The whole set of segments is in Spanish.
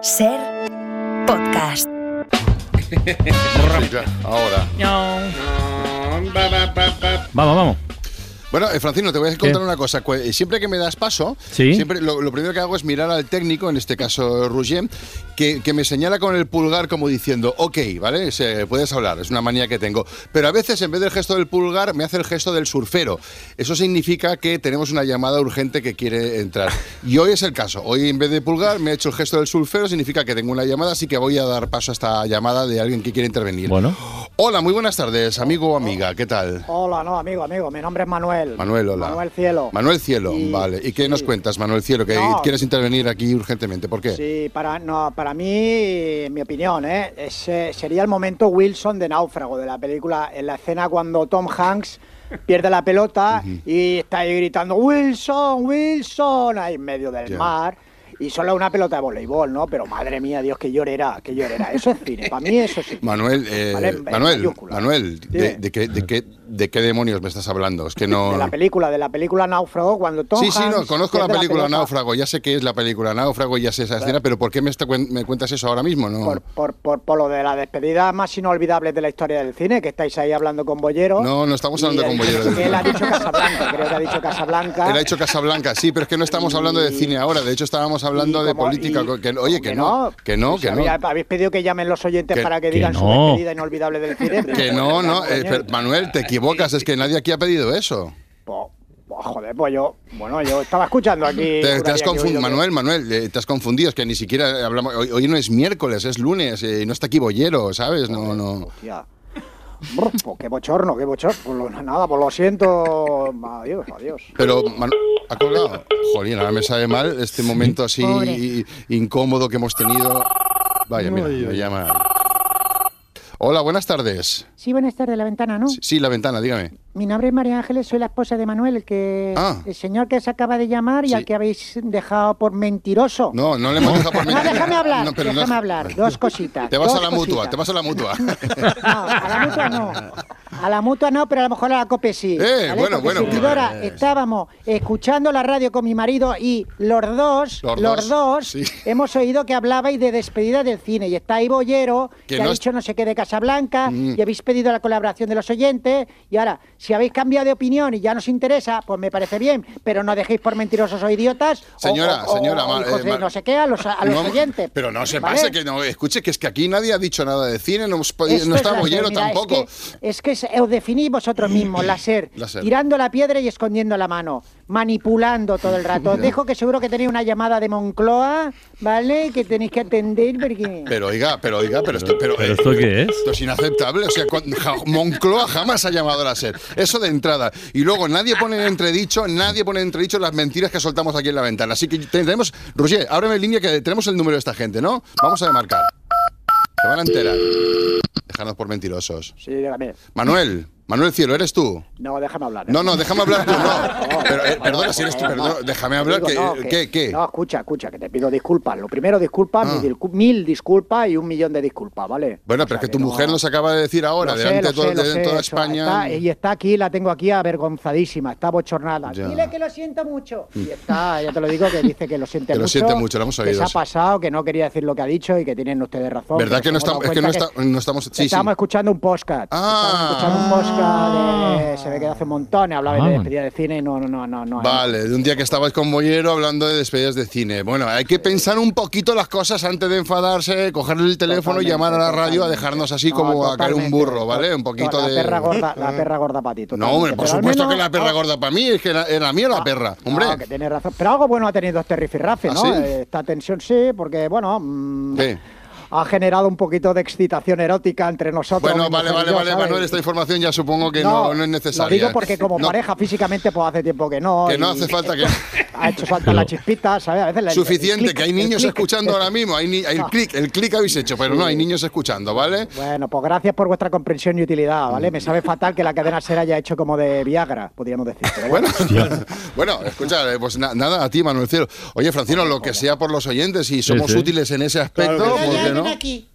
Ser podcast. Ahora. Vamos, vamos. Bueno, eh, Francino, te voy a contar una cosa. Cu- eh, Siempre que me das paso, Sí. siempre lo, lo primero que hago es mirar al técnico, en este caso Ruggier, que, que me señala con el pulgar como diciendo, ok, ¿vale? Se, puedes hablar, es una manía que tengo. Pero a veces, en vez del gesto del pulgar, me hace el gesto del surfero. Eso significa que tenemos una llamada urgente que quiere entrar. Y hoy es el caso. Hoy, en vez de pulgar, me ha hecho el gesto del surfero, significa que tengo una llamada, así que voy a dar paso a esta llamada de alguien que quiere intervenir. Bueno. Hola, muy buenas tardes, amigo o amiga, ¿qué tal? Hola, no, amigo, amigo. Mi nombre es Manuel. Manuel, hola. Manuel Cielo. Manuel Cielo, Y- vale. ¿Y qué nos cuentas, Manuel Cielo? Que No. quieres intervenir aquí urgentemente. ¿Por qué? Sí, para, no, para mí, en mi opinión, ¿eh? Es, eh, sería el momento Wilson de Náufrago de la película, en la escena cuando Tom Hanks pierde la pelota y está ahí gritando Wilson, Wilson, ahí en medio del Ya. mar. Y solo una pelota de voleibol, ¿no? Pero madre mía, Dios, que llorera, que llorera. Eso es cine, para mí eso sí. Manuel, eh, Vale, en Manuel, mayúscula. Manuel, de, Sí. de qué, de qué- de qué demonios me estás hablando? Es que no. De la película, de la película Náufrago, cuando Tom Sí, sí, no, Hanks conozco la pierde película pelota- Náufrago, ya sé qué es la película Náufrago, ya sé esa escena, pero ¿por qué me, está cuen- me cuentas eso ahora mismo? No, por, por, por, por lo de la despedida más inolvidable de la historia del cine, que estáis ahí hablando con Bollero. no, no estamos Y hablando él con ha dicho- Bollero. del Él ha Cine. dicho Casablanca, creo que ha dicho Casablanca. Él ha hecho Casablanca, sí, pero es que no estamos hablando de cine ahora, de hecho estábamos hablando Y de como- política. y- co- que- oye, que no, que no, Pues que no. había- Habéis pedido que llamen los oyentes Que- para que, que digan su no. despedida inolvidable del cine. Que no, no, eh, pero, Manuel, te equivocas, es que nadie aquí ha pedido eso. Po- po- joder, pues yo, bueno, yo estaba escuchando aquí. Te, te juraría has que he oído confundido, que- Manuel, Manuel, eh, te has confundido, es que ni siquiera hablamos, hoy, hoy no es miércoles, es lunes, eh, y no está aquí Bollero, ¿sabes? No, no. Hostia. Brr, po, qué bochorno, qué bochorno. Pues lo- nada, pues lo siento. Adiós, adiós. Pero, Manuel, ¿ha colgado? Jolín, ahora me sabe mal este momento así Pobre. incómodo que hemos tenido. Vaya, mira, me llama. Hola, buenas tardes. Sí, buenas tardes, la ventana, ¿no? Sí, sí, la ventana, dígame. Mi nombre es María Ángeles, soy la esposa de Manuel, el que Ah. el señor que se acaba de llamar y Sí. al que habéis dejado por mentiroso. No, no le hemos dejado por No, déjame hablar, No, pero no- déjame hablar. Dos cositas. Te vas dos a la mutua, cositas. te vas a la mutua. No, a la mutua no. A la mutua no, pero a lo mejor a la COPE sí. Eh, bueno, Porque, bueno, Eh. servidora, bueno. estábamos escuchando la radio con mi marido y los dos, Los los, dos, dos, sí. hemos oído que hablabais de despedida del cine. Y está ahí Bollero, Que que, no ha es- dicho no sé qué de Casablanca, Mm. y habéis pedido la colaboración de los oyentes. Y ahora, si habéis cambiado de opinión y ya nos interesa, pues me parece bien, pero no dejéis por mentirosos o idiotas. o- Señora, o- o- señora, o ma- hijos eh, de ma- no sé qué a los, a los No, oyentes. Pero no se ¿vale? pase que no escuche, que es que aquí nadie ha dicho nada de cine, no, hemos podido- Esto no es está la Bollero ser, mira, tampoco. Es que, es que es- os definís vosotros mismos, la ser, La ser. tirando la piedra y escondiendo la mano, manipulando todo el rato. Os dejo que seguro que tenéis una llamada de Moncloa, ¿vale? Que tenéis que atender porque... Pero oiga, pero oiga, pero esto, pero, ¿Pero eh, esto qué es? esto es inaceptable. O sea, cuan- ja- Moncloa jamás ha llamado a la SER. Eso de entrada. Y luego nadie pone en entredicho, nadie pone en entredicho las mentiras que soltamos aquí en la ventana. Así que tenemos, Roger, ábreme línea que tenemos el número de esta gente, ¿no? Vamos a demarcar. Se van a enterar. Dejarnos por mentirosos. Sí, dígame. Manuel, Manuel Cielo, ¿eres tú? No, déjame hablar. ¿eh? No, no, déjame hablar tú, no. No, Pero, eh, no, perdona, no, si eres tú, no, perdona, no. déjame hablar, Digo, no, que, eh, ¿qué, qué? No, escucha, escucha, que te pido disculpas. Lo primero, disculpas, Ah. mil, discu- mil disculpas y un millón de disculpas, ¿vale? Bueno, O pero es sea que tu mujer no nos acaba de decir ahora, Lo sé, delante lo de todo- sé, lo de sé, toda eso, España. está- y está aquí, la tengo aquí avergonzadísima, está bochornada. Ya. Mm. Dile que lo siento mucho. Y está, ya te lo digo, que dice que lo siente Que lo mucho. siente mucho, lo hemos Que oído, se ha sí. pasado, que no quería decir lo que ha dicho y que tienen ustedes razón. ¿Verdad pero que no se estamos, hemos es que no, dado está- cuenta no estamos, sí, sí. estábamos escuchando un podcast. Ah. Estábamos escuchando un podcast de, se ve que hace un montón, hablaba de Ah. despedida de cine y no, no, no, no. no eh. Vale, de un día que estabais con Bollero hablando de despedidas de cine. Bueno, hay que pensar un poquito las cosas antes de enfadarse, coger el teléfono y Totalmente, llamar a la radio a totalmente. dejarnos así No, como a caer un totalmente. burro, ¿vale? To- Un poquito la de... Perra gorda, la perra gorda para ti. No, totalmente. hombre, por Pero al supuesto menos- que la perra ah, gorda para mí, es que era, era mía la perra, hombre. No, que tienes razón. Pero algo bueno ha tenido este rifirrafe, ¿Ah, ¿no? sí? Eh, Esta tensión sí, porque, bueno. mm, Sí. Ha generado un poquito de excitación erótica entre nosotros. Bueno, mi vale, mujer y vale, yo, vale, ¿sabes? Manuel, esta información ya supongo que no, no es necesaria. Lo digo porque como No, pareja físicamente pues hace tiempo que no. Que no y hace falta que... Ha hecho falta Pero- la chispita, ¿sabes? A veces la- el- el Suficiente, clic, que hay el niños clic. escuchando ahora mismo, hay ni- el No. clic, el clic habéis hecho, pero no, hay niños escuchando, ¿vale? Bueno, pues gracias por vuestra comprensión y utilidad, ¿vale? Me sabe fatal que la cadena ser haya hecho como de Viagra, podríamos decir. pero bueno. Bueno, bueno, escucha, eh, pues na- nada, a ti, Manuel Cielo. Oye, Francino, lo que sea por los oyentes, si somos sí. útiles en ese aspecto, Claro ¿por Ya, qué ven no? aquí.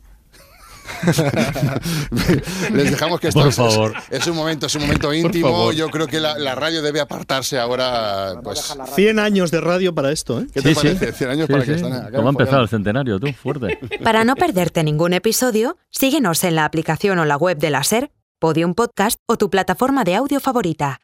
Les dejamos que esto Por es- favor. Es, es un momento, es un momento íntimo. favor. Yo creo que la, la radio debe apartarse ahora. Vamos a Pues, dejar la radio. 100 años de radio para esto, ¿eh? ¿Qué te Sí, sí. parece? 100 años Sí, para que sí. están acá ¿Cómo ha empezado follando. el centenario tú? Fuerte. Para no perderte ningún episodio, síguenos en la aplicación o la web de la SER, Podium Podcast o tu plataforma de audio favorita.